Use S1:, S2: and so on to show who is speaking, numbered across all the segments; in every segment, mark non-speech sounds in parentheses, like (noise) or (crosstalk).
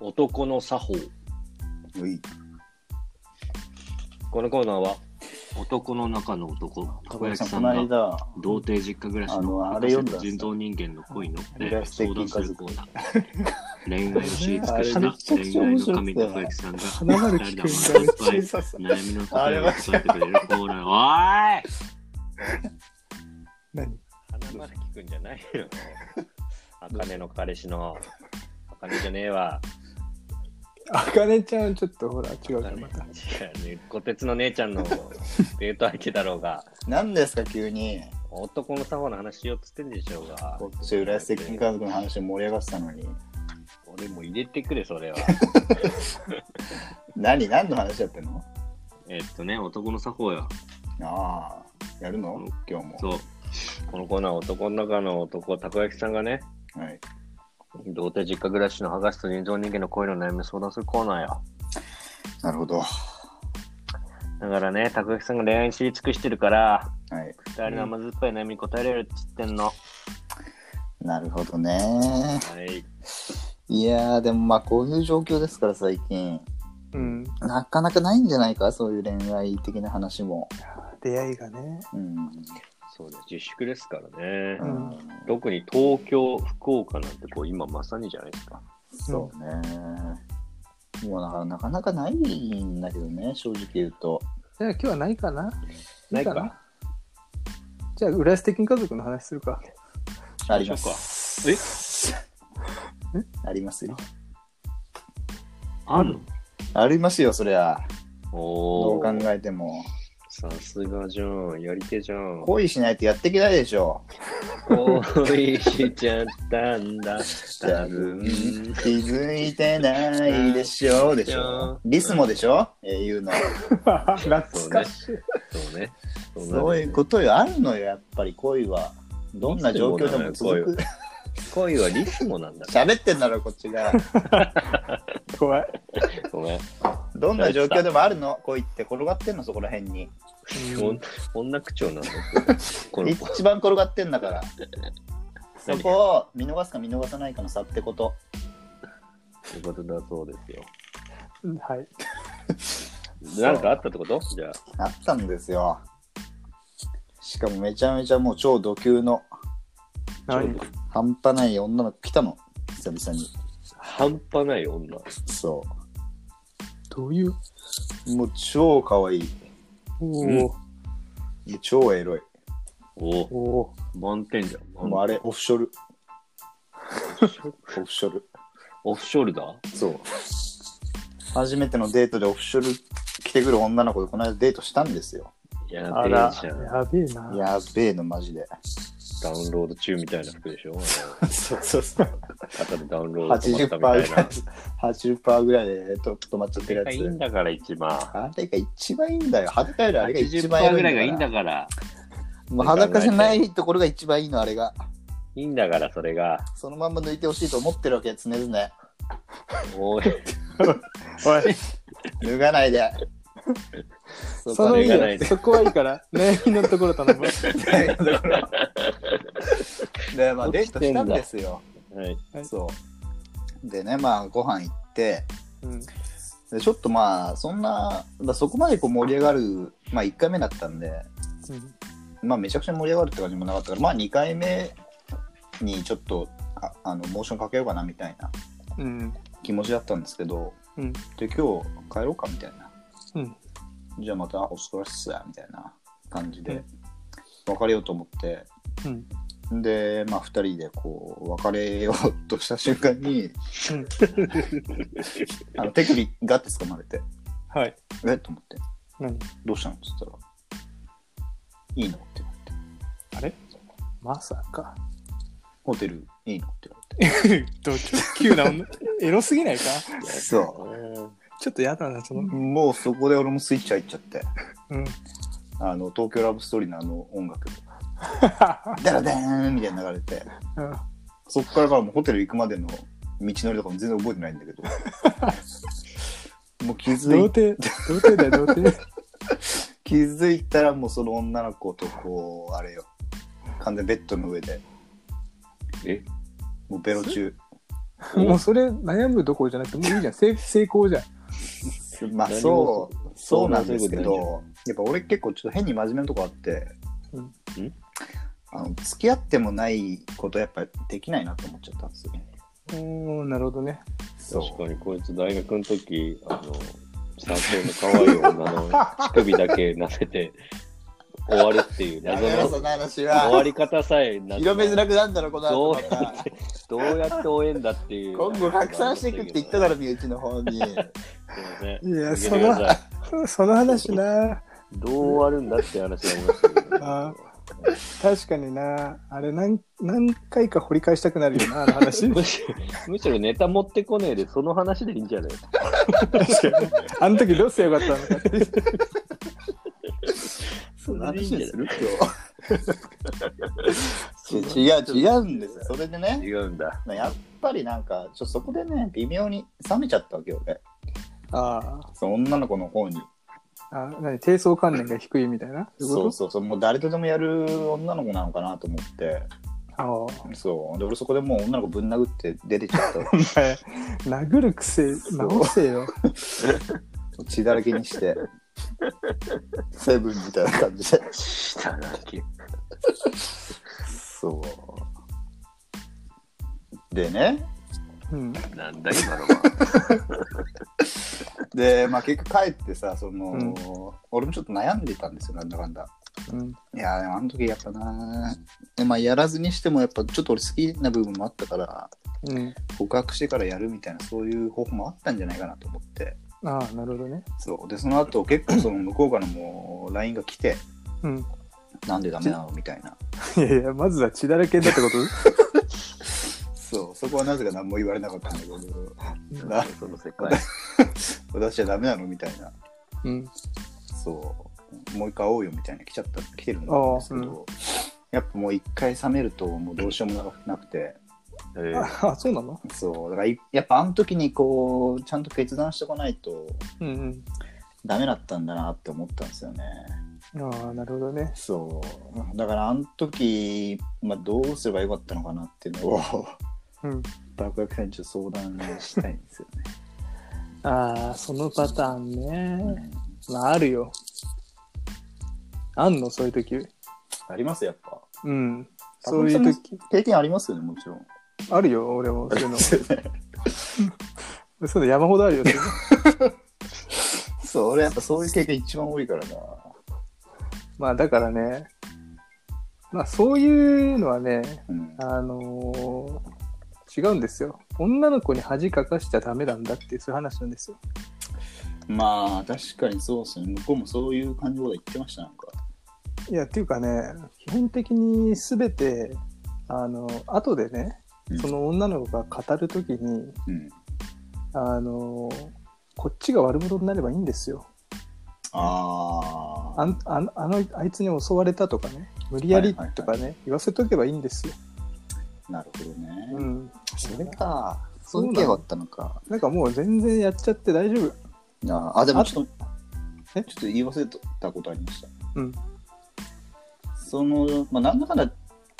S1: 男の作法。
S2: うい。
S1: このコーナーは、男の中の男、たこ
S2: 高橋
S1: 焼
S2: さ
S1: き
S2: ん、
S1: さ
S2: こ
S1: ん
S2: の
S1: が
S2: 間、
S1: 童貞実家暮らし
S2: あ
S1: の
S2: のあ
S1: 博
S2: れ
S1: 士
S2: 読んだん
S1: と
S2: です
S1: 人造人間の恋の
S2: リラステ
S1: 相談
S2: ッキン
S1: す
S2: 家
S1: る
S2: 族
S1: コーナー。恋愛を知り尽くし
S2: あれめ
S1: た
S2: ちゃ
S1: 恋
S2: くちゃ
S1: 愛の
S2: 面白くて
S1: 神たこ焼きさんが
S3: 花丸
S1: 二
S3: 聞
S1: 人の先
S3: くんだよ。
S2: 小
S1: 輩
S2: ささ
S1: 悩みの答えを伝えてくれるコーナー。おーい
S3: 何
S1: (laughs) 花丸聞くんじゃないよ。あかねの彼氏の、あかねじゃねえわ。
S3: あかねちゃん、ちょっとほら、違うからまた。
S1: 違うね、こてつの姉ちゃんのデート相手だろうが、
S2: 何ですか、急に。
S1: 男の作法の話しようっつってんでしょうが。
S2: こっち、浦安鉄筋家族の話で盛り上がってたのに。
S1: 俺も入れてくれ、それは。
S2: 何何の話やってんの
S1: えっとね、男の作法よ。
S2: ああ、やるの
S1: うん
S2: 今日も。
S1: そう。このコーナー、男の中の男、たこ焼きさんがね、
S2: はい。
S1: 童貞実家暮らしの剥がしと人造人間の恋の悩みを相談するコーナーよ。
S2: なるほど。は
S1: だからね、たこ焼きさんが恋愛に知り尽くしてるから、
S2: い。
S1: 二人の甘酸っぱい悩みに答えられるっつってんの。
S2: なるほどね。
S1: はい。
S2: いやー、でもまあ、こういう状況ですから、最近。
S3: うん。
S2: なかなかないんじゃないかそういう恋愛的な話も。
S3: 出会いがね。
S2: うん。
S1: そうです。自粛ですからね。
S3: ん
S1: 特に東京、福岡なんてこう今まさにじゃないですか。
S2: そうね。もうだからなかなかないんだけどね、正直言うと。
S3: じゃあ今日はないかな
S1: ないか
S3: いいじゃあ、浦安鉄筋家族の話す
S1: (laughs)
S3: るか。
S2: あります。
S1: え
S2: (laughs) ありますよ。
S1: ある
S2: ありますよ、そりゃ。ど
S1: お
S2: う考えても。
S1: さすがじゃん。やり手じゃん。
S2: 恋しないとやっていけないでしょ。
S1: 恋しちゃったんだ。多
S2: 多
S1: 分
S2: 分。気づいてないでしょ、でしょ。リスもでしょ、えー言うの。
S3: 懐
S1: かしそうね。んな
S2: そういうことよ。あるのよ、やっぱり恋は。どんな状況でも続く。
S1: 恋はリスもなんだ。
S2: 喋ってんだろ、こっちが。
S3: 怖い。
S1: ごめん。
S2: どんな状況でもあるの恋って転がってんの、そこら辺に。
S1: こん女口調なん
S2: (laughs)
S1: だ。この子。
S2: 一番転がってんだから。そこを見逃すか見逃さないかの差ってこと。
S1: ということだそうですよ。
S3: うんはい。
S1: なんかあったってことじゃあ。
S2: あったんですよ。しかもめちゃめちゃもう超ド級の
S3: 何
S2: 半端ない女の子来たの。久々に。
S1: 半端ない女。
S2: そ
S3: どういう
S2: う。もう超可愛い。
S3: おお、
S2: もう超エロい。
S1: おお、
S3: おお。
S1: 満点じゃん。
S2: もうあれ、オフショル。オフショル。
S1: オフショルダー
S2: そう。初めてのデートでオフショル来てくる女の子とこの間デートしたんですよ。
S1: や
S3: あ
S1: べえ
S3: ら
S1: じゃん。、
S3: やべえな。
S2: やべえの、マジで。
S1: ダウンロード中みたいな服でしょ
S2: そうそうそう。
S1: 肩でダウンロード止
S2: 80%ぐ
S1: ま
S2: ら
S1: っ
S2: い
S1: たみたいな。
S2: 80%ぐらいでと止まっちゃってるや
S1: いいん
S2: つ。
S1: だから一番。
S2: あれが一番いいんだよ。裸よりあれが一番
S1: 80%
S2: エロ
S1: ぐ
S2: い
S1: らいがいいん
S2: んだ
S1: だ
S2: か
S1: から。
S2: ら。もう裸じゃないところが一番いいの、あれが。
S1: いいんだから、それが。
S2: そのまんま抜いてほしいと思ってるわけ、常々。
S1: おい、
S3: おい、
S2: 脱がないで。
S3: そ
S2: こ
S3: の
S2: はい
S3: い
S2: い
S1: が
S2: よ
S1: ない
S3: よ。
S1: で
S3: そこはいい
S1: (laughs)
S3: から。悩みのところ頼む。
S2: (laughs) で、まあ、デートしたんですよ。
S1: はい、
S3: はい
S2: そう。でね、まあ、ご飯行って、
S3: うん。
S2: でちょっとまあ、そんな、まあ、そこまでこう盛り上がる、まあ、1回目だったんで、まあ、めちゃくちゃ盛り上がるって感じもなかったから、まあ、2回目にちょっと、ああの、モーションかけようかな、みたいな
S3: うん。
S2: 気持ちだったんですけど、
S3: うん
S2: で、今日帰ろうか、みたいな。
S3: うん。
S2: じゃあまた、お疲れっすや、みたいな感じ
S3: う
S2: で
S3: ん、
S2: 別れようと思って、
S3: うん。
S2: で、まあ、2人でこう別れようとした瞬間に
S3: うん。
S2: あの手首ガッて掴まれて
S3: はい。
S2: 「えっ?」と思って
S3: 何
S2: 「どうしたの?」っつったら「いいの?」って言われて
S3: あれまさ
S1: (laughs)
S3: か。
S2: 「ホテルいいの?」って言わ
S3: ド級な女。 (laughs) エロすぎないか
S2: れてそ
S3: ちょっとやだな、その
S2: う。もうそこで俺もスイッチ入っちゃって
S3: うん。
S2: あの東京ラブストーリーのあの音楽で「ダラデーン!」みたいに流れて
S3: うん
S2: そっからからもうホテル行くまでの道のりとかも全然覚えてないんだ
S1: (laughs)
S2: けどもう気
S3: (laughs)
S2: づ
S3: 童
S2: い
S3: 貞、童貞だよ、童貞。
S2: 気づいたらもうその女の子とこうあれよ完全ベッドの上で
S1: え
S2: もうベロ中
S3: もうそれ悩むどころじゃなくてもういいじゃん成成功じゃん
S2: まあ
S1: 何も
S2: そうそうなんですけ
S1: そういうこ
S2: どやっぱ俺結構ちょっと変に真面目なとこあって、
S3: うん
S1: ん
S2: あの付き合ってもないことやっぱできないなと思っちゃったんですよね
S3: おーなるほどね
S1: 確
S2: そ
S1: かにこいつ大学の時あのサークルの可愛い女の乳首だけなせて終わるっていう
S2: うや
S1: 謎
S2: めろそ
S1: の
S2: の話
S1: 終わ
S2: は
S1: り方さえ謎の
S2: 広めづらくなんだろこの
S1: ど
S2: 後
S1: うや
S2: また
S1: ってどうやって終えんだっていう
S2: 今後拡散していくって言っただろ身内の方に
S1: すい
S3: い
S1: ま
S3: や
S1: せん続け
S3: その
S1: てください
S3: その話な
S1: どう終わるんだって話がありましたけど
S3: あ確かになあれ何何回か掘り返したくなるよなあ
S1: (laughs)
S3: の話
S1: むしろむしろネタ持ってこねえでその話でいいんじゃない
S3: 確かにあの時どうしてよかったのかって
S2: その
S1: いいんじゃな
S2: 話に
S1: い
S2: する今日違う違うんですよそれでね
S1: 違うんだ
S2: やっぱりなんかちょそこでね微妙に冷めちゃったわけよね
S3: あー
S2: その女の子の方に
S3: あ何低層観念が低いみたいな
S2: そう
S3: そ
S2: そうそうもう誰とでもやる女の子なのかなと思って
S3: あ
S2: そうで俺そこでもう女の子ぶん殴って出てっちゃったわ (laughs)
S3: ーお前殴る癖直せよ
S2: 血だらけにして (laughs) セブンみたいな感じで
S1: 下だけ
S2: そうでね
S3: うん
S1: なんだ今のは
S2: でまあ結局帰ってさその、
S3: うん
S2: 俺もちょっと悩んでたんですよなんだかんだ
S3: うん
S2: いやーでもあの時やっぱなでまあやらずにしてもやっぱちょっと俺好きな部分もあったから
S3: うん
S2: 告白してからやるみたいなそういう方法もあったんじゃないかなと思って
S3: ああなるほどね
S2: そうでその後結構その向こうからも LINE が来て
S3: うん
S2: なんでダメなのみたいない
S3: やいやまずは血だらけだってこと
S2: そうそこはなぜか何も言われなかったんだけど (laughs) な
S1: その世界
S2: 私はダメなのみたいな
S3: うん
S2: そうもう一回会おうよみたいな来ちゃった来てるんですけど、
S3: あー
S2: やっぱもう一回冷めるともうどうしようもなくて
S1: えー
S3: ああそうなの
S2: そうだからいやっぱあの時にこうちゃんと決断しておかないと
S3: うん
S2: ダメだったんだなって思ったんですよね
S3: うんああなるほどね
S2: そうだからあの時、まあ、どうすればよかったのかなっていうの (laughs) を
S3: うん
S2: 爆薬さんにちょっと相談したいんですよね、
S3: ああそのパターン
S2: う
S3: ね
S2: ん
S3: まああるよあんのそういう時
S2: ありますやっぱ
S3: うんそういう時
S2: 時経験ありますよねもちろん
S3: あるよ俺もそういうのそ
S2: ね
S3: ういうの (laughs) 山ほどあるよそういうの
S2: (laughs) そう俺やっぱそういう経験一番多いからな
S3: まあだからねまあそういうのはね
S2: うん
S3: あのー違うんですよ女の子に恥かかしちゃダメなんだっていうそういう話なんですよ
S2: まあ確かにそうですね向こうもそういう感じのこと言ってましたなんか
S3: いやっていうかね基本的に全てあの後でね
S2: うん
S3: その女の子が語る時に、
S2: うん
S3: あのこっちが悪者になればいいんですよ
S2: あ
S3: あんあんあのあいつに襲われたとかね無理やりとかね、
S2: はい
S3: 言わせとけばいいんですよ、
S2: あなるほどね、
S3: うん、
S2: それか
S3: そ
S2: そうう
S3: な
S2: いう経が
S3: の
S2: あったのか
S3: なんかもう全然やっちゃって大丈夫
S2: ああでもちょっと
S3: え
S2: ちょっと言い忘れたことありました
S3: うん
S2: その、まあ、なんだかんだ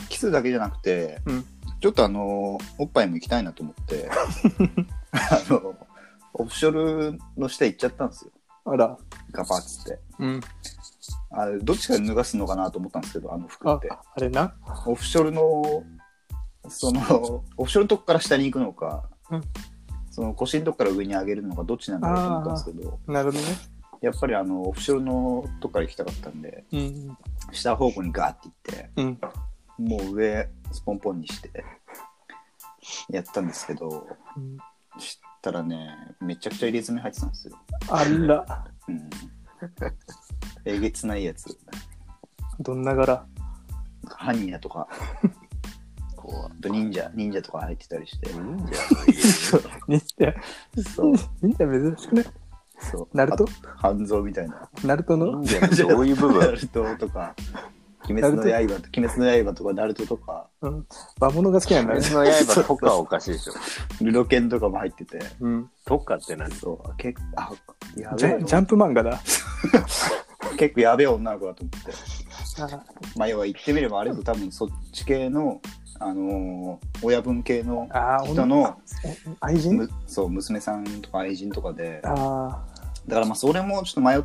S2: キスだけじゃなくて、
S3: うん
S2: ちょっとあのおっぱいも行きたいなと思って
S3: (laughs)
S2: あのオフショルの下行っちゃったんですよ
S3: あら
S2: ガパッつって
S3: うん
S2: あれどっちから脱がすのかなと思ったんですけどあの服
S3: あ
S2: って
S3: あれな
S2: オフショルのそのオフショルのとこから下に行くのか、
S3: うん
S2: その腰のとこから上に上げるのかどっちなんだろうと思ったんですけど
S3: なるほどね
S2: やっぱりあのオフショルのとこから行きたかったんで
S3: うん
S2: 下方向にガーって行って
S3: うん
S2: もう上スポンポンにしてやったんですけど
S3: うん
S2: したらねめちゃくちゃ入れ墨入ってたんですよ、
S3: あら
S2: うん、えげつないやつ
S3: どんな柄
S2: ハニヤとかこうあと忍者忍者とか入ってたりして
S1: 忍者
S3: 忍者
S2: そう
S3: 忍者珍しくない
S2: そう
S3: ナルト
S2: あと半蔵みたいな
S3: ナルト
S1: の
S3: の
S1: 家忍者のどういう部
S2: ナ
S1: 分
S2: ルトとか鬼滅の刃と鬼滅の刃とかナルトとか
S3: うん魔物が好きなんだ
S1: 鬼
S3: ね
S1: (laughs) 滅の刃とかおかしいでしょ
S2: ルロケンとかも入ってて
S3: うん
S1: とかって何
S2: そう結構あや
S3: ジ
S2: べえ
S3: ャジャンプ漫画だ
S2: 結構やべえ女の子だと思って
S3: あ
S2: まあ要は言ってみればあれも多分そっち系のあのー親分系の
S3: ああ、
S2: 人の
S3: お愛人
S2: むそう娘さんとか愛人とかでだか
S3: ああ、
S2: らまあそれもちょっと迷っ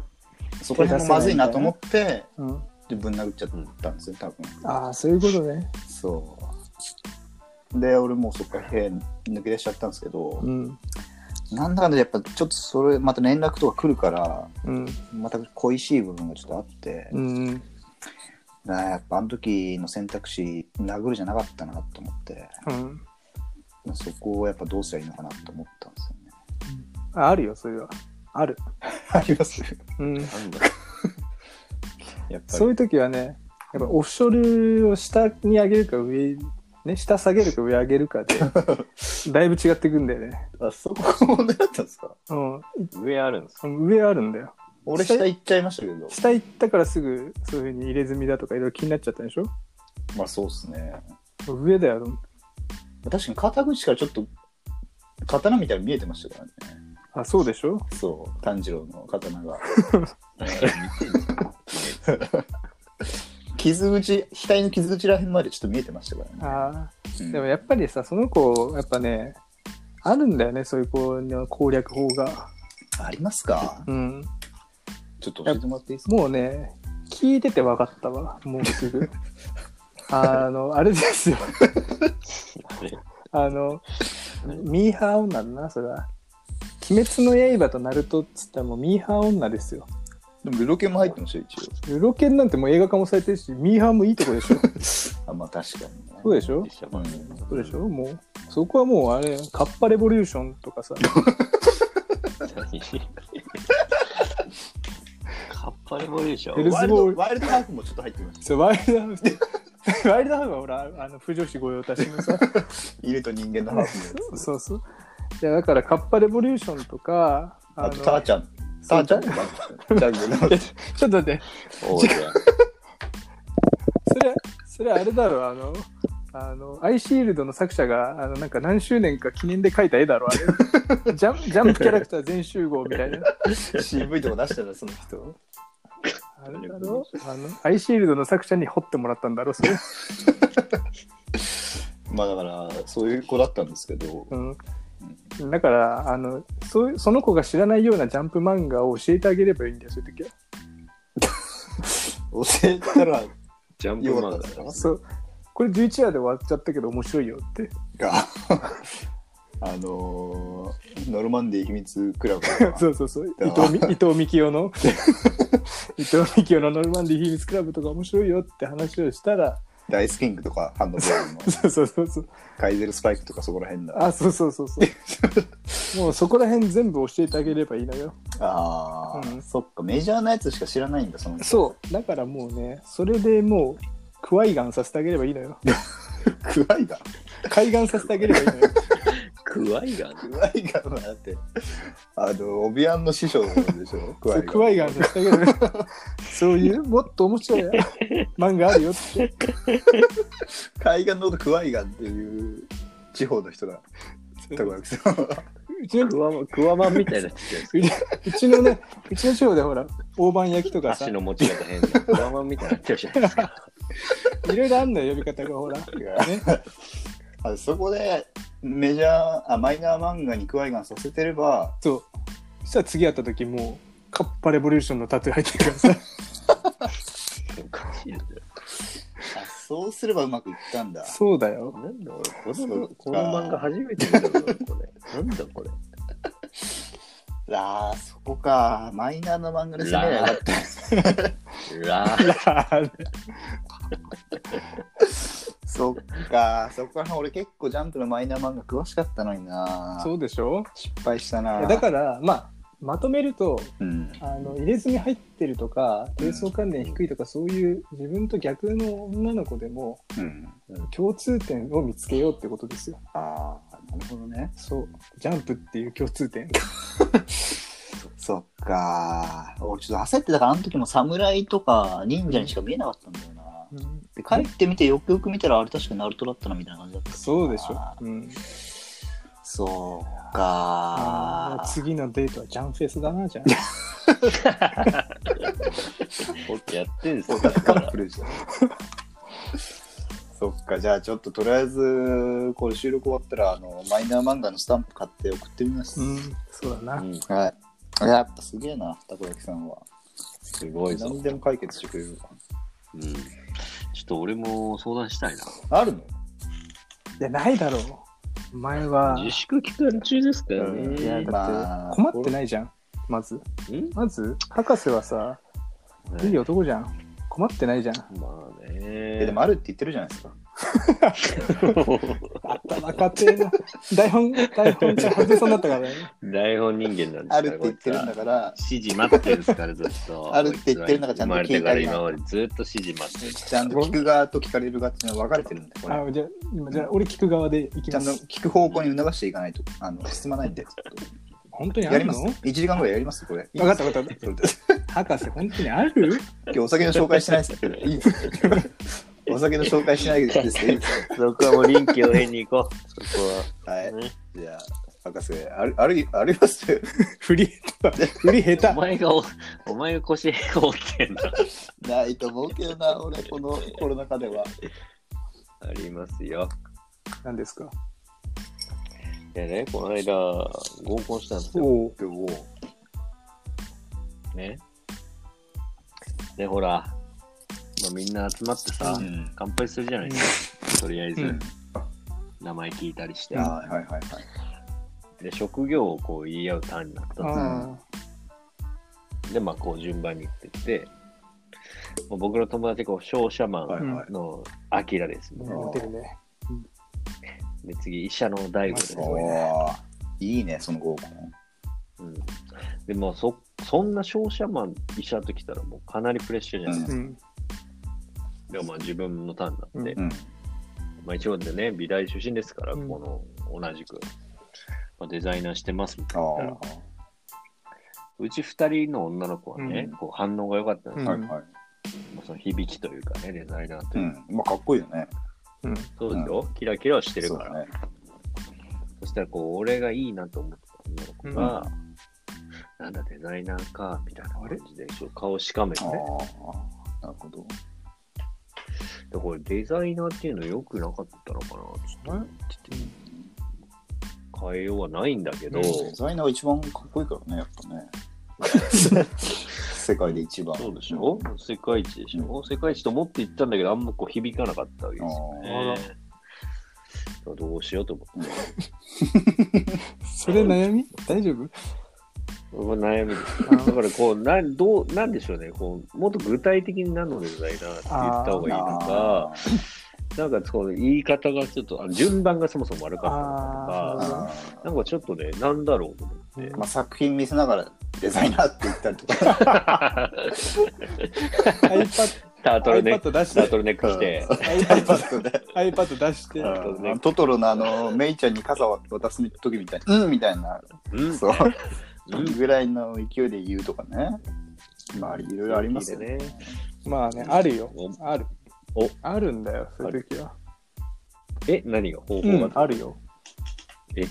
S2: そこら辺もまずいなと思って
S3: うん。
S2: でぶん殴っちゃったんですよ多分
S3: ああ、そういうことね。
S2: そうで俺もうそっから部屋に抜け出しちゃったんですけど、
S3: うん。
S2: なんだかんだやっぱちょっとそれまた連絡とか来るから
S3: うん。
S2: また恋しい部分がちょっとあって、
S3: うん。
S2: だからやっぱあの時の選択肢殴るじゃなかったなと思って
S3: うん。
S2: そこをやっぱどうすりゃいいのかなと思ったんですよね。
S3: ああるよ、それは。 (laughs) ある。
S2: あります
S3: うん。
S1: なんだやっぱ
S3: そう
S1: り
S3: いう時はね、やっぱオフショルを下に上げるか上、ね、下下げるか上上げるかで、だいぶ違ってくんだよね。
S2: あそこ問題だったんですか
S3: うん。
S1: 上あるんですか
S3: 上あるんだよ。
S2: (laughs) 俺下行っちゃいましたけど
S3: 下行ったからすぐそういうふうに入れ墨だとかいろいろ気になっちゃったでしょ
S2: まあそうっすね
S3: 上だよ。
S2: 確かに肩口からちょっと刀みたいに見えてましたからね
S3: あ、そうでしょ
S2: そう炭治郎の刀が傷口額の傷口らへんまでちょっと見えてましたからね
S3: あ
S2: う
S3: あ。
S2: ん
S3: でもやっぱりさ、その子、やっぱね、あるんだよね、そういう子の攻略法が。
S2: ありますか
S3: うん。
S2: ちょっと教えてもらっていいですか
S3: もうね、聞いてて分かったわ、もうす
S2: (laughs)
S3: ぐ。あの、あれですよ。
S1: あれ
S3: あの、
S1: 何
S3: ミーハー女だな、それは。鬼滅の刃とナルトっつったらもうミーハー女ですよ。
S2: でも、ルロケンも入ってましたよ、一
S3: ウロケンなんてもう映画化もされてるし、ミーハーもいいとこ
S2: (laughs)
S3: でしょ。
S2: 応。あ、まあ、確かに、ね。
S3: そうでしょ
S1: で
S2: (laughs)
S1: した
S2: う
S1: か
S2: ん
S3: そうでしょもう、そこはもうあれ、カッパレボリューションとかさ、
S1: 何カッパレボリューショ
S3: ヘ
S1: ン
S3: ル
S2: ワ
S3: ス
S2: イルド
S3: ボーイ
S2: ワイルドハーフもちょっと入ってまし
S3: そうワイルドハーフ。 (laughs) ワイルドハーフはほら、あの、不女子御用
S2: (laughs)
S3: 達のさ、
S2: た。いると人間のハーフ (laughs) のやつ。
S3: そうそう。いや、だからカッパレボリューションとか、
S2: あと、ターちゃん。タ
S3: そう
S2: ーちゃんって番組ジャングルの。
S3: ちょっと待って、
S1: 王者
S3: それ、それあれだろ、あの、あの、アイシールドの作者が、あの、なんか何周年か記念で描いた絵だろ、あ (laughs) れ。ジャンジャンプキャラクター全集合みたいな。
S2: (laughs) 渋いとこ出したら、その人。
S3: あれだろあの、アイシールドの作者に彫ってもらったんだろ、それ。
S2: まあ、だから、そういう子だったんですけど、
S3: うん。だから、あの、そういう、その子が知らないようなジャンプ漫画を教えてあげればいいんだよ、そういう時は。
S2: 教えたら、
S1: ジャンプ
S2: よ
S1: マ
S2: かっ
S1: ン
S2: た
S1: だ
S2: ですか
S3: そう。これ11話で終わっちゃったけど面白いよって。
S2: が、 (laughs) あのー、ノルマンディー秘密クラブ
S3: そ
S2: (laughs) が
S3: うそうそう。
S2: だ
S3: 伊藤み伊藤美清の、 (laughs) 伊藤美清のノルマンディー秘密クラブとか面白いよって話をしたら、
S2: ダイスキングとか、ハンドボールの、
S3: そうそうそうそう。
S2: カイゼルスパイクとかそこら辺だ。
S3: あ、そうそうそうそう。もうそこら辺全部教えてあげればいいのよ。
S2: あー
S3: うん
S2: そっか、メジャーなやつしか知らないんだ、その人
S3: そう。だからもうね、それでもう、クワイガンさせてあげればいいのよ。
S2: クワイガー
S3: 海岸させてあげればいいのよ。
S1: クワイガン
S2: クワイガンはだって、あの、オビアンの師匠でしょ、ク
S3: そうクワイガンさせてあげればいいのよ。そういう、もっと面白い漫画あるよ (laughs) って。
S2: 海岸のことクワイガンっていう地方の人だ。たこ焼きさんは
S3: うちの
S1: クワマンクワマンみたいな
S3: うちうちのね、うちの地方でほら、大判焼きとかさ、
S1: 足
S3: い
S1: の持ち方変なクワマンみたいになってるじゃないですか
S3: ろいろあんのよ、呼び方がほら。ね、
S2: あそこでメジャーあ、マイナー漫画にクワイガンさせてれ
S3: (laughs)
S2: ば、
S3: そう。そしたら次会った時もう、カッパレボリューションのタトゥー入ってるから (laughs) さ、
S1: おかしいですよ
S2: あそうすればうまくいったんだ。
S3: そうだよ。
S1: なんだ俺こ
S2: そっ
S1: の
S2: か
S1: この漫画初めて見たぞこれなんだこれ
S2: あーそこか。マイナーの漫画で攻めなかった。
S1: ラ (laughs)
S3: いや
S2: そっか。そこから俺結構ジャンプのマイナー漫画詳しかったのにな。
S3: そうでしょ
S2: 失敗したな。
S3: だから、まあ、まとめると、
S2: うん。
S3: あの入れ墨入ってるとか、低層関連低いとか、そういう自分と逆の女の子でも、
S2: うん。
S3: 共通点を見つけようってことですよ。
S2: ああ、なるほどね。
S3: そう。ジャンプっていう共通点。
S2: そっかー。俺ちょっと焦ってたから、あの時も侍とか忍者にしか見えなかったんだよな。で、帰ってみて、よくよく見たら、あれ確かナルトだったなみたいな感じだった。
S3: そうでしょ。うん
S2: そうか
S3: あ
S2: ー。
S3: ー次のデートはジャンフェスだな、じゃん。
S1: やってんす
S2: オ
S1: よ
S2: タ
S1: だ
S2: クカ
S1: か
S2: ッ (laughs)
S1: ら
S2: プルじゃん。そっか、じゃあちょっととりあえず、これ収録終わったら、あの、マイナー漫画のスタンプ買って送ってみます。
S3: うん、そうだな。
S1: うん、
S2: はい。やっぱすげえな、たこ焼きさんは。
S1: すごいぞ。
S2: 何でも解決してくれるわ。
S1: うん。ちょっと俺も相談したいな。
S2: あるの
S3: いや、ないだろう。前は、
S1: 自粛期間中ですから
S2: うん
S1: ね。
S3: いや、だ
S2: ま
S3: っ
S2: あ
S3: て困ってないじゃん、まず。
S1: うん
S3: まず、博士はさ、いい男じゃん。困ってないじゃん。
S1: まあ
S2: え、
S1: ね。
S2: でもあるって言ってるじゃないですか。
S3: 頭かてえ (laughs) な。台本、台本から外れそうになったからね。
S1: (laughs) 台本人間なんです
S2: あるって言ってるんだ
S1: ら。
S2: から、
S1: 指示待ってるんですから、ずっと。
S2: あるって言ってるんだからちゃんと聞
S1: 生ま
S2: い
S1: れ
S2: てあ
S1: て
S2: げ
S1: か
S2: な
S1: ら
S2: い
S1: 今までずっと指示待ってる。
S2: ちゃんと聞く側と聞かれる側っていうのは分かれてるんで、これ。
S3: あじゃあ、今、じゃあ、俺聞く側でいき
S2: ちゃ
S3: ま
S2: んと
S3: す。
S2: 聞く方向に促していかないと、あの、進まないんで。
S3: 本当にあ
S2: や
S3: る
S2: りま
S3: の
S2: す。1時間ぐらいやりますこれ。
S3: 分かった分かった。
S2: それで
S3: 博士、本当にある
S2: 今日お酒の紹介してないですけど、いいですかお酒の紹介しないですけどいいです
S1: そこはもう臨機応変に行こう。そこ
S2: かはい
S1: は。。ね
S2: じゃあ、博士、ある、ある、ありますよ
S3: (laughs) 振り下手。振り下手
S1: (laughs) お。
S3: (laughs)
S1: 前がお、お前が腰が折ってんだ。
S2: ないと思うけどな、俺、このコロナ禍では。
S1: (laughs) ありますよ。
S3: 何ですか
S1: いやね、この間、合コンしたんですよ。
S3: おう
S2: でも、
S1: ね。で、ほら、まあ、みんな集まってさ、
S2: うん
S1: 乾杯するじゃないですか。とりあえず、
S3: うん
S1: 名前聞いたりして、
S2: あはいはいはいはい。
S1: で、職業をこう言い合うターンになったんで
S3: あ
S1: すで、まあ、こう順番に言ってって、まあ、僕の友達がこう商社マ
S2: はい
S1: ン
S2: はい。
S1: のアキラです
S3: あ、
S1: ね。
S3: 似てるね。
S1: で、次、医者の大悟です
S3: う。ん
S2: おーいいね、その合コン。
S1: うん、でもそ、そんな商社マン、医者と来たらもうかなりプレッシャーじゃないですか。
S3: うん。
S1: でもまあ自分のターンになって、
S3: う
S2: う
S3: ん
S2: ん。
S1: まあ、一応でね、美大出身ですから、
S3: うん
S1: この同じく、まあ、デザイナーしてますみたい
S2: あ
S1: な。
S2: あ、
S3: うん
S1: うち二人の女の子はね、
S2: うん
S1: こう反応が良かったんですよ、
S2: はいはい。
S1: まあその響きというかね、デザイナーと
S2: う
S1: いう、
S2: ん。まあ、かっこいいよね。
S3: うん。
S1: そうですよ、キラキラしてるから。そ,、
S2: そうね。
S1: したらこう、俺がいいなと思ってた女の子が、なんだ、デザイナーか、みたいな感じで、そう顔しかめて
S2: ああ
S1: ね、、
S2: なるほど。
S1: でこれデザイナーっていうの良くなかったのかな、ちょっと変えようはないんだけど、
S3: うん
S2: デザイナーが一番かっこいいからね、やっぱね。世界で一番。
S1: そうでしょ世界一でしょ、世界一と思って行ったんだけど、あんまこう響かなかったわけですよ
S3: あら
S1: ね。だからどうしようと思
S2: うん
S3: それ悩み大丈夫
S1: って。悩みです。だからこう、などうなんでしょうねこう、もっと具体的に何のデザイナーって言った方がいいのか
S2: あ、
S1: なんかこの言い方がちょっと、あ順番がそもそも悪かった
S3: あ
S1: の
S3: ー
S1: かとか、
S2: あ
S1: なんかちょっとね、なんだろうと思って
S3: (laughs)
S2: ー。まあ、作品見せながらデザイナーって言ったりとか。
S3: iPad,
S1: タートルネック、
S3: iPad 出し
S1: ター
S3: て
S1: トルネック着て、
S3: iPad,
S2: iPad で。
S3: iPad 出して
S1: ん
S2: あのトトロのあの、メイちゃんに傘を渡す時みたいな、うんみたいな、
S1: うん、
S2: そう、
S1: うん、
S2: ぐらいの勢いで言うとかね。まあ、いろいろありますよ
S1: ね。
S2: ね。
S3: まあねあるよ
S1: お
S3: ある
S1: お
S3: あるんだよそういう時は
S1: え、何が方法
S3: う
S1: が、
S3: んあるよ
S1: え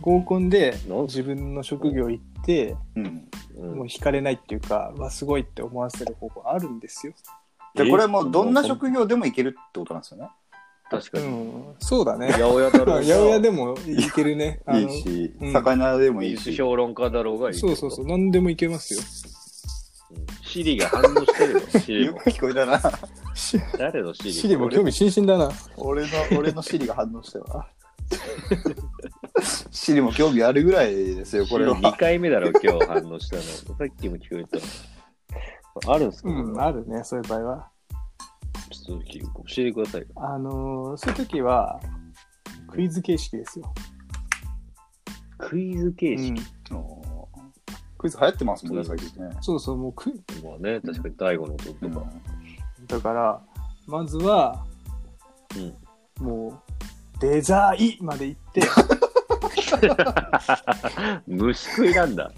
S3: 合コンで
S1: なん
S3: 自分の職業行って
S2: うん。
S1: うん
S3: もう惹かれないっていうかうわすごいって思わせる方法あるんですよ
S2: で、これはもうどんな職業でもいけるってことなんですよね。
S1: 確か
S3: う
S1: に。
S3: んそうだね
S1: 八百屋だ
S3: まあ
S1: ろう
S3: 八
S1: が
S3: 百屋でもいけるねあ
S2: い
S3: の
S2: いし
S3: う、ん
S2: 魚でもい
S1: い
S2: い
S1: いし
S2: し。
S1: 評論家だろうがいいって
S3: そ
S1: こ
S3: う
S1: と。
S3: そうそう何でもいけますよ
S1: うん。シリが反応してるよ、シリ
S2: よ
S1: も
S2: く。聞こえたな。
S3: シ
S1: 誰のシリ
S3: シリも興味津々だな
S2: 俺の、俺のシリが反応したわ。シリも興味あるぐらいですよ、これ
S1: 2
S2: は。
S1: 回目だろ、今日反応したの。さっきも聞こえた。あるんすか、
S3: うんあるねそういう場合は
S1: ちょっと教えてくださいよ。
S3: あのーそういう時はクイズ形式ですよ。
S1: クイズ形式
S2: おークイズ流行ってますもんね、最近ね。
S3: そうそうもうクイ
S1: はね、確かに大悟の弟とか。
S3: だからまずは、
S1: うん
S3: もうデザインまで行って (laughs)
S1: 虫食いなんだ。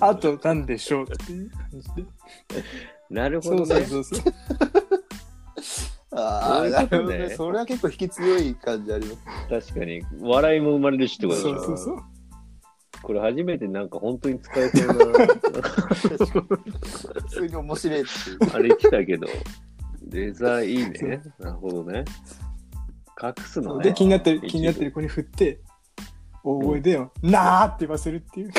S3: あと何でしょうっていう感じで。
S1: なるほ
S3: そう
S1: ど
S3: そう
S1: ね。
S3: そうそう。
S2: ああ、
S1: そう
S2: な
S1: いう
S2: る
S1: こ
S2: ほ
S1: と
S2: ど
S1: ね
S2: ね。それは結構引き強い感じあります。
S1: 確かに、笑いも生まれるしってことでし
S3: そ
S1: ょ。
S3: うそうそう。
S1: これ初めてなんか本当に使えてる
S3: (laughs)
S1: な。
S2: (laughs) 普通に面白いっていう。
S1: あれ来たけど。デザインね。なるほどね。隠すの
S3: で
S1: ね。
S3: 気になってる
S1: 一部
S3: 気になってる子に振って大声で「なー!」って言わせるっていう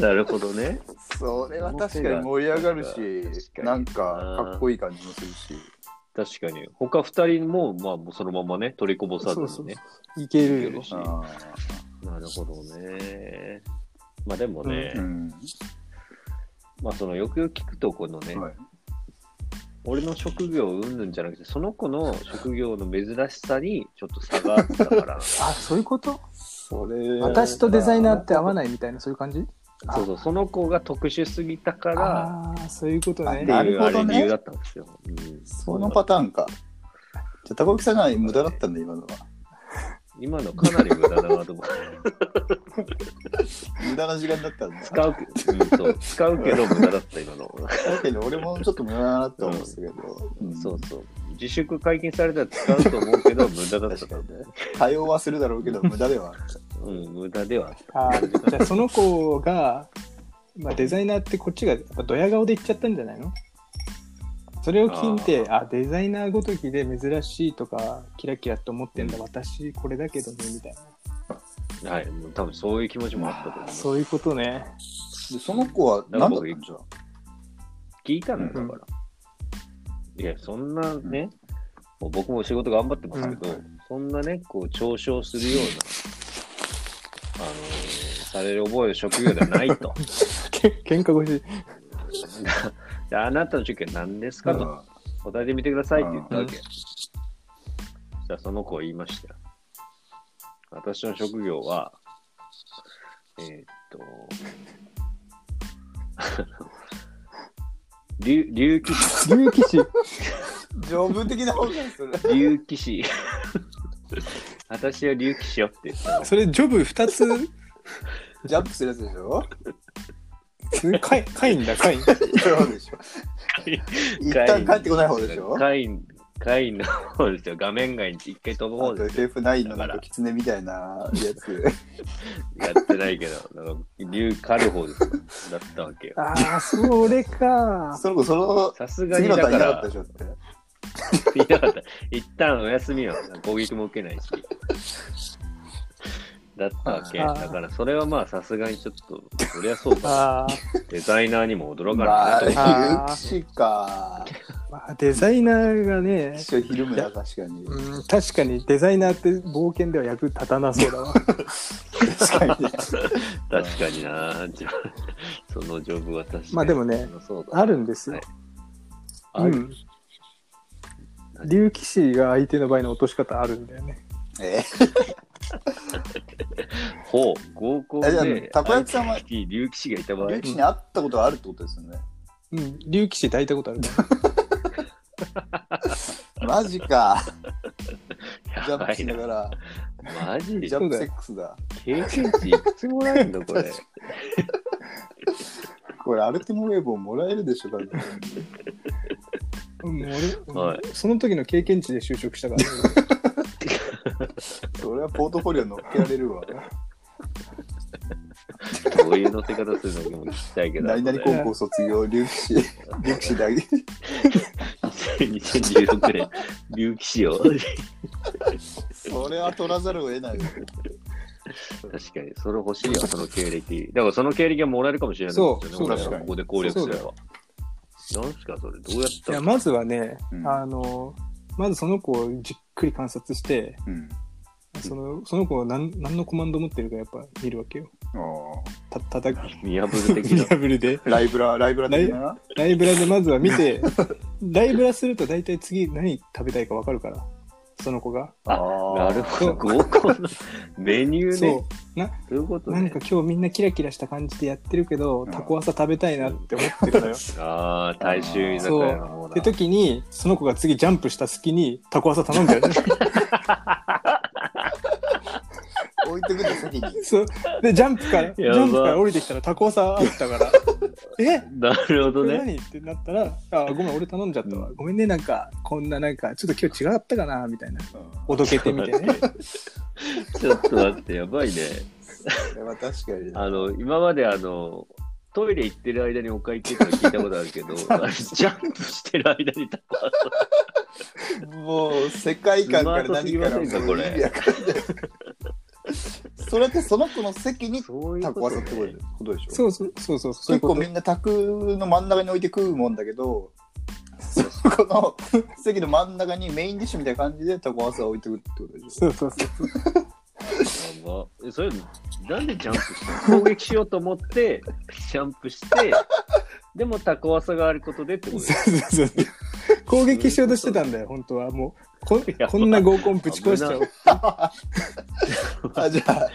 S1: なるほどね。
S2: それは確かに盛り上がるし
S1: 確、かに
S2: なんかかっこいい感じもするし。
S1: 確かに。他二人も、まあ、もうそのままね、取りこぼさず
S3: そう
S1: にね。
S3: そういけるよ
S1: いけるし
S2: あ
S1: なるほどね。まあでもね、
S2: ーうん
S1: まあそのよくよく聞くとこのね、
S2: はい
S1: 俺の職業うんぬんじゃなくて、その子の職業の珍しさにちょっと差があった
S2: (laughs)
S1: から。
S3: あそういうこと
S2: それ
S3: 私とデザイナーって合わ
S2: ない。
S3: ないみたいなそういう感じあ
S1: そうそう、その子が特殊すぎたから、
S3: ああそういうことね
S1: っていう
S2: な
S1: あ
S2: るほど
S1: れ
S2: ね
S1: 理由だったんですよ。うん
S2: そのパターンか。じゃあ、高木さんが無駄だったんだ、今のは。
S1: 今のかなり無駄だなと思って。
S2: 無駄な時間だったんだ。
S1: 使う
S2: (laughs)
S1: け、うん、そう、使うけど無駄だった今の。
S2: 確かに俺もちょっと無駄だなって思うんですけど、ん
S1: そうそう。自粛解禁されたら使うと思うけど、無駄だった
S2: 確。かにね。対応はするだろうけど、無駄で (laughs) はある。
S1: うん、無駄ではあった。
S3: あーじゃあその子が、まあ、デザイナーってこっちがやっぱドヤ顔で言っちゃったんじゃないのそれを聞いてあデザイナーごときで珍しいとかキラキラと思ってんだ私これだけどねみたいな
S1: はい、もう多分そういう気持ちもあったと思います。
S3: そういうことね
S2: で、その子は何だったんじゃ
S1: 聞いたのよ、だから。いや、そんなね、もう僕も仕事頑張ってますけど、そんなね、こう、嘲笑するような、あのーされる覚えの職業ではない (laughs) と。
S3: (laughs) け喧嘩腰
S1: であなたの職業は何ですかと、
S2: う
S1: 答えてみてくださいって言ったわけ。そしたらその子は言いましたよ。私の職業は、えーっと、 (laughs) 竜竜騎士
S3: 竜騎士 (laughs)
S2: ん条文的な方がする。
S1: 竜騎士私は竜騎士よって言ったの
S3: それジョブ2つ
S2: ジャンプするやつでしょ
S3: かいかいんだかいん
S2: そうで (laughs) しょ。一旦帰ってこない方でしょ
S1: カインカインの方ですよ画面外に一回飛ぶ
S2: あ
S1: 方
S2: と
S1: です
S2: F9
S1: だ
S2: のなん
S1: から
S2: か狐みたいなや (laughs) つ。
S1: やってないけどあの竜狩る方ですよだったわけよ
S3: ああそれか
S2: その子、その
S1: さすがに
S2: 次の
S1: だ
S2: 段
S1: か
S2: いなかっ
S1: ら
S2: たでしょ (laughs) って。
S1: いなかった一旦お休みよ攻撃も受けないしだったわけ
S3: あー
S1: だからそれはまあさすがにちょっとそりゃそうか
S3: あ
S1: デザイナーにも驚か
S2: ま
S1: ないなと思って
S2: あ、有吉か。
S3: ー、まあ、デザイナーがね
S2: 一緒ひるむな、確かに。
S3: うん、確かにデザイナーって冒険では役立たなそう (laughs) だわ。
S2: 確
S1: (laughs)
S2: かにね。
S1: 確かにな、じゃあそのジョブは確かに。
S3: まあでもね、
S1: そうだ
S3: あるんですよ。
S1: はいあ
S3: う
S1: る
S3: ん。竜騎士が相手の場合の落とし方あるんだよね。
S2: え
S1: ほう、合コン
S2: あじゃ
S1: で、
S2: あたこ焼きさんは
S1: 相手に竜騎士がいた場合、
S2: ー、有吉に会ったことがあるってことですよ
S1: (laughs)
S2: ね。
S3: うん。竜騎士抱いたことあるから。
S2: マジか。ジ
S1: や
S2: ャン
S1: ば
S2: プし
S1: い
S2: な
S1: な。
S2: がら、
S1: マジで
S2: ジャンプセックスだ。
S1: 経験値いくつもらえるのこ
S2: (laughs)
S1: れ。
S2: これ、アルティモウェーブをもらえるでしょ、多分。
S3: (laughs) うん、俺、
S1: はい
S3: その時の経験値で就職したから、 (laughs) ね。
S2: それはポートフォリオ乗っけられる
S1: (laughs)
S2: わ。
S1: どういう乗せ方するのかも聞きたいけど。
S2: 何々
S1: これ
S2: 高校卒業、リュウ
S1: (laughs)
S2: キシ、リュウキシ大
S1: 2016年、竜騎士を。
S2: それは取らざるを得ないよ。
S1: 確かに、それ欲しいよ、その経歴。だからその経歴がもらえるかもしれないですよね。
S3: そ
S1: 俺
S2: そ
S3: う
S2: う
S1: ら
S2: 確か
S1: が
S2: に
S1: ここで攻略すれ
S3: そ
S1: ば。なんすか、それ。どうやっ
S3: い
S1: た
S3: や、
S1: の
S3: まずはね、
S2: うん
S3: あの、まずその子をじっくり観察して、
S2: うん。
S3: そのその子は何何のコマンド持ってるかやっぱ見るわけよ。た叩く。
S1: 見破る的
S3: 見 (laughs)
S1: な
S3: 破。りで。
S2: ライブラ、ライブラ的な
S3: ライブラでまずは
S1: (laughs)
S3: 見て、ライブラすると大体次何食べたいか分かるから、その子が。
S1: あなるほど、合コンのメニューね
S3: そ。
S1: そういうこと
S3: う、
S1: ね。
S3: なんか今日みんなキラキラした感じでやってるけど、
S2: うん
S3: タコ朝食べたいなって思ってたのよ。っ
S1: ああ、大衆居酒屋の方
S3: て
S1: だ。
S3: 時に、その子が次ジャンプした隙にタコ朝頼
S1: (laughs)
S3: んだよね。
S2: 置いてくる
S1: (laughs)
S2: 先に。
S3: そうで、ジャンプから、ジ
S1: やば
S3: ャンプから降りてきたらタコ朝あった
S1: (laughs)
S3: から、え
S1: なるほ
S3: こ
S1: ど
S3: れ
S1: ね。
S3: 何ってなったら、あ、ごめん、俺頼んじゃったわ。ごめんね、なんか、こんななんか、ちょっと今日違ったかな、みたいな。おどけてみてね。
S1: (laughs) ちょっと待って、やばいね。
S2: それは確かに。
S1: あの、今まであの、トイレ行ってる間にお会計って聞いたことある
S3: (laughs)
S1: けど、あれジャンプしてる間にタバ
S2: もう世界観から
S1: スマートすぎ
S2: 何
S1: ません
S2: から
S1: か
S2: もう
S1: これ
S2: 意味わかんないそれってその子の席に
S1: コ。そういう
S2: タコ
S1: こ
S2: わ
S1: と
S2: さってこ
S1: ね
S2: と。ことでしょ
S3: そうそうそうそうそうい
S2: 結
S3: うこ
S2: 構
S3: と
S2: みんな卓の真ん中に置いて食うもんだけどそこの席の真ん中にメインディッシュみたいな感じでタコワサを置いてくってことでし
S3: そうそうそう
S1: やばえそれなんでジャンプしたの攻撃しようと思ってジャンプしてでもタコワサがあることでってことです
S3: そうそうそう (laughs) 攻撃しようとしてたんだよ本当はもうこ
S1: や
S3: こんな合コンぶち壊しちゃ
S1: 危
S3: う
S1: な
S2: ょあじゃあ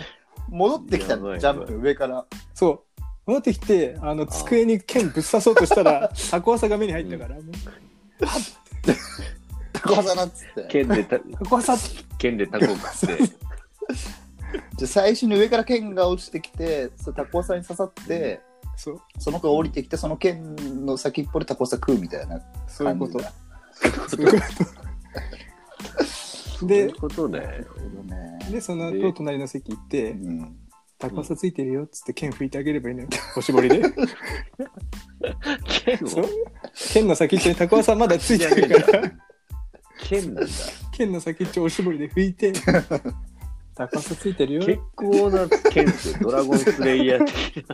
S2: 戻ってきたの
S1: やばい
S2: ジャンプ上から
S3: そう戻ってきてあの机に剣ぶっ刺そうとした (laughs) らタコワサが目に入ったから、もう
S2: タコワサなんつってじゃ
S1: 剣でた
S3: タコワサっ
S1: 剣でタコ食
S3: (laughs)
S1: って
S2: あ最初に上から剣が落ちてきてそれタコワサに刺さって
S3: そう
S2: その子が降りてきてその剣の先っぽでタコワサ食うみたいな
S3: そういう
S2: 感
S3: こ
S2: じ
S3: と
S2: だ
S3: そういうこと
S1: そうい
S3: で
S1: うことね
S2: なるほどね
S3: でその後隣の席行って
S2: うん
S3: 「タコワサついてるよ」っつって剣拭いてあげればいいのよおしぼりで
S1: 剣
S3: (laughs) そ
S1: を
S3: う剣の先っちょにタコワサまだついてるから
S1: 剣なんだ
S3: 剣の先っちょをおしぼりで拭いて「タコワサついてるよ」
S1: 結構な剣数ドラゴンスレイヤー的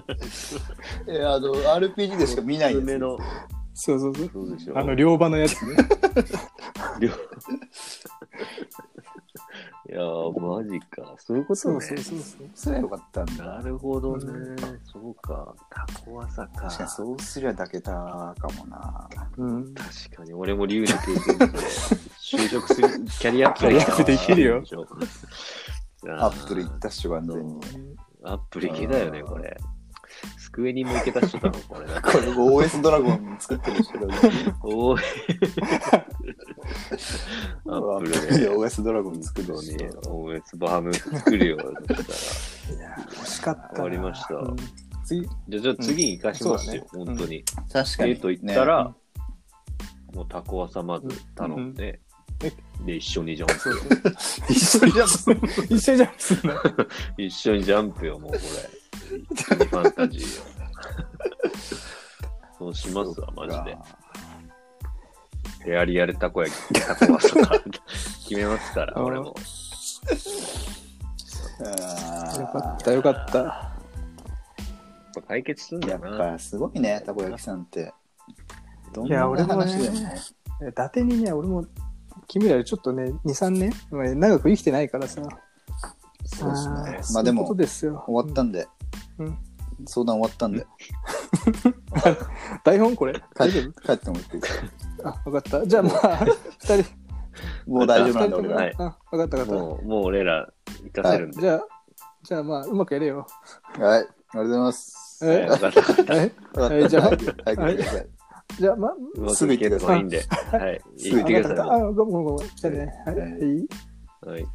S2: えあの RPG でしか見ないや
S1: 爪
S2: つ
S1: の
S3: そうそうそう
S1: そうでしょ
S3: あの両場のやつね
S1: 両いやーマジかそういうこと
S3: そ
S1: ね
S3: うそうそうそう
S2: すればよかったんだ
S1: なるほどね、
S3: う
S1: そうかタコワサか
S2: 確かにそうすりゃ抱けたかもな
S3: うん
S1: 確かに、俺も竜の経験で、就職
S2: (laughs)
S1: する、キャリアアップ。
S3: キャリアアップできるよ。
S2: アップル行ったたっしょ完全に
S1: アップルいけたよね、これ。机にもいけたっしょだろ、これ。
S2: これ OS ドラゴン作ってる人だよ
S1: お
S2: (laughs)
S1: い。アップル
S2: で
S1: で。
S2: OS ドラゴン作る
S1: 本
S2: のに
S1: 当に OS バーム作
S2: (laughs)
S1: るよ。そしたら
S3: 惜しかったな
S1: 終わりました
S3: うん次
S1: じゃあ、じゃあ次に行かしますよ、
S3: うんそうだね
S1: 本当に。
S2: 確
S1: デート行ったら、もうタコワサまず頼んで、で、一緒にジャンプ
S3: そう
S1: よ
S3: そう。
S2: 一緒にジャンプする
S3: 一緒じゃんすんな
S1: 一緒にジャンプよ、もうこれ。一緒にファンタジ
S3: (laughs)
S1: ーよ。そうしますわ、マジで。フェアリアルたこ焼き、たこわさか
S3: (laughs)
S1: 決めますから、
S3: うん
S1: 俺も。
S3: よか
S2: あ
S3: ったよかった
S1: やっぱ解決するん
S2: ー
S1: だ
S2: やっ
S1: よな。
S2: ぱすごいねたこ焼きさんってどん
S3: いや
S2: な
S3: 俺もね
S2: 話だよね
S3: 伊達にね俺も君らよりちょっとね23年まあ長く生きてないからさ
S2: そうですね
S3: あー
S2: まあで
S3: そういう
S2: も
S3: ことですよ
S2: 終わったんで
S3: うん
S2: 相談終わったんで
S3: 台本これ
S2: 帰
S3: 大
S2: っ
S3: 丈夫
S2: 帰ってもらっていいですか
S3: あ分かったじゃあまあ二人
S2: もう大丈夫
S3: 二
S2: なんで
S3: 人と
S2: 俺ら
S3: も
S1: はい
S3: あ分かった分かっ
S1: もう、もう俺ら、行かせるんで。
S3: たじゃあじゃあまあうまくやれよ
S2: はいありがとうございます
S3: え
S1: はい
S3: (laughs)
S1: わかった
S3: はい
S2: はい
S3: じゃあ
S2: 早く早く来てください
S3: じゃあまあ
S1: うま
S2: す
S1: く
S2: ぐ
S1: い
S2: 行
S1: け
S2: ってく
S1: ると
S2: ださ
S3: い
S1: いいんで。はい。
S2: すぐ
S1: 行ってくだ
S3: あ
S1: さ
S3: ごめんごめんじゃあねはいは
S1: い。
S3: い
S1: はい。いや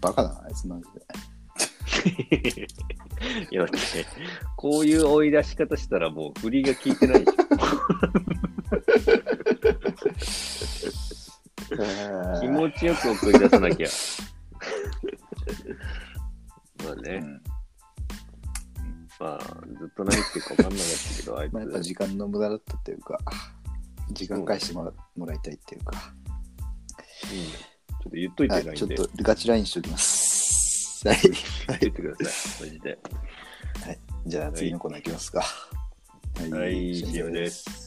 S2: バカだなあいつマジで
S1: (laughs) だってね、こういう追い出し方したらもう振りが効いてないでしょ。気持ちよく送り出さなきゃ。 (laughs) まあ
S2: う
S1: ね、
S2: ん
S1: まあ、ずっと何言ってるか分かんなかったけど、あい
S2: まあ、やっぱ
S1: つ。
S2: 時間の無駄だったっていうか時間返してもらもらいたいっていうか、
S1: うんちょっと言っといて
S2: は
S1: ないんで、
S2: い、ちょっとガチラインしておきますはい、
S1: 言ってください。マジで。
S2: はい、じゃあ次のコーナーいきますかはい
S1: はい以上です